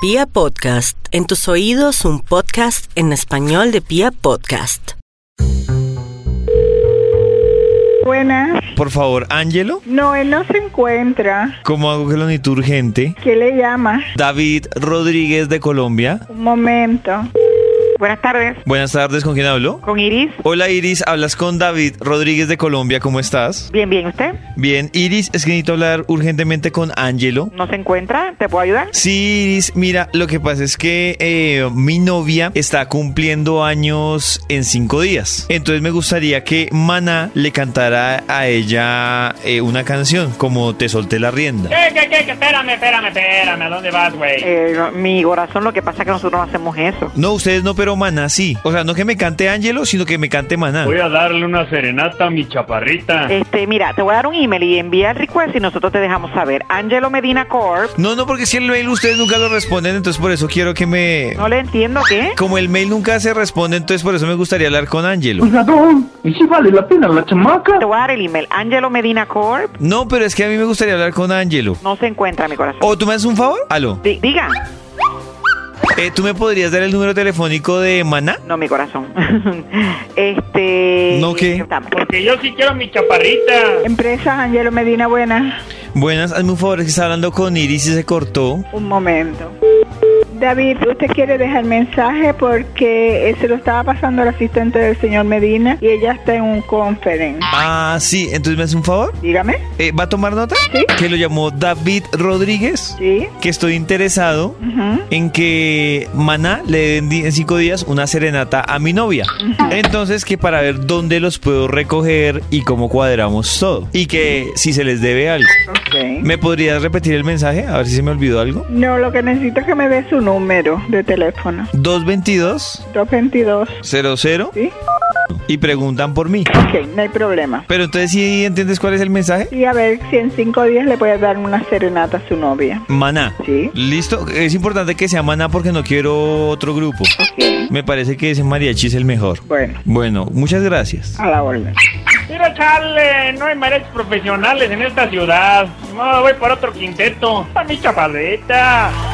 Pia Podcast, en tus oídos un podcast en español de Pia Podcast. Buenas. Por favor, Ángelo, No, él no se encuentra. ¿cómo hago que lo necesito urgente? ¿Qué le llama? David Rodríguez de Colombia. Un momento. Buenas tardes, Buenas tardes, ¿con quién hablo? con Iris. Hola Iris, hablas con David Rodríguez de Colombia, ¿cómo estás? Bien, bien, ¿usted? Bien, Iris, es que necesito hablar urgentemente con Ángelo. ¿No se encuentra? ¿Te puedo ayudar? Sí, Iris, mira, lo que pasa es que eh, mi novia está cumpliendo años en cinco días. Entonces me gustaría que Maná le cantara a ella eh, una canción, como Te solté la rienda. ¿Qué, qué, qué, qué? Espérame, espérame, espérame. ¿A dónde vas, güey? Eh, no, mi corazón, lo que pasa es que nosotros no hacemos eso. No, ustedes no, pero Maná sí. O sea, no que me cante Ángelo, sino que me cante Maná. Voy a darle una serenata a mi chaparrita. Este, mira, te voy a dar un email y envía el request y nosotros te dejamos saber. Angelo Medina Corp. No, no, porque si el mail ustedes nunca lo responden, entonces por eso quiero que me... No le entiendo qué. Como el mail nunca se responde, entonces por eso me gustaría hablar con Ángelo. Cuidadón, ¿y si vale la pena la chamaca? Te voy a dar el email. Angelo Medina Corp. No, pero es que a mí me gustaría hablar con Ángelo. No se encuentra, mi corazón. ¿O tú me haces un favor? Aló. Di- diga. Eh, ¿Tú me podrías dar el número telefónico de Maná? No, mi corazón. este. No, ¿qué? estamos. Porque yo sí quiero a mi chaparrita. Empresa Angelo Medina Buena. Buenas, hazme un favor, es que está hablando con Iris y se cortó. Un momento. David, usted quiere dejar mensaje porque eh, se lo estaba pasando al asistente del señor Medina y ella está en un conference. Ah, sí, entonces me haces un favor. Dígame. Eh, ¿Va a tomar nota? Sí. Que lo llamó David Rodríguez. Sí. Que estoy interesado Ujú. en que Maná le den di- en cinco días una serenata a mi novia. Entonces, que para ver dónde los puedo recoger y cómo cuadramos todo. Y que si se les debe algo. Ok. ¿Me podrías repetir el mensaje? A ver si se me olvidó algo. No, lo que necesito es que me dé su número de teléfono. 222 222. 00 ¿Sí? y preguntan por mí. Ok, no hay problema. Pero entonces, ¿sí entiendes cuál es el mensaje? Y a ver si en cinco días le puede dar una serenata a su novia. Maná. Sí. Listo. Es importante que sea Maná porque no quiero otro grupo. Ok. Me parece que ese mariachi es el mejor. Bueno, Bueno, muchas gracias. a la orden. Mira, Charlie, no hay mariachis profesionales en esta ciudad. No, voy por otro quinteto. A mi chaparrita.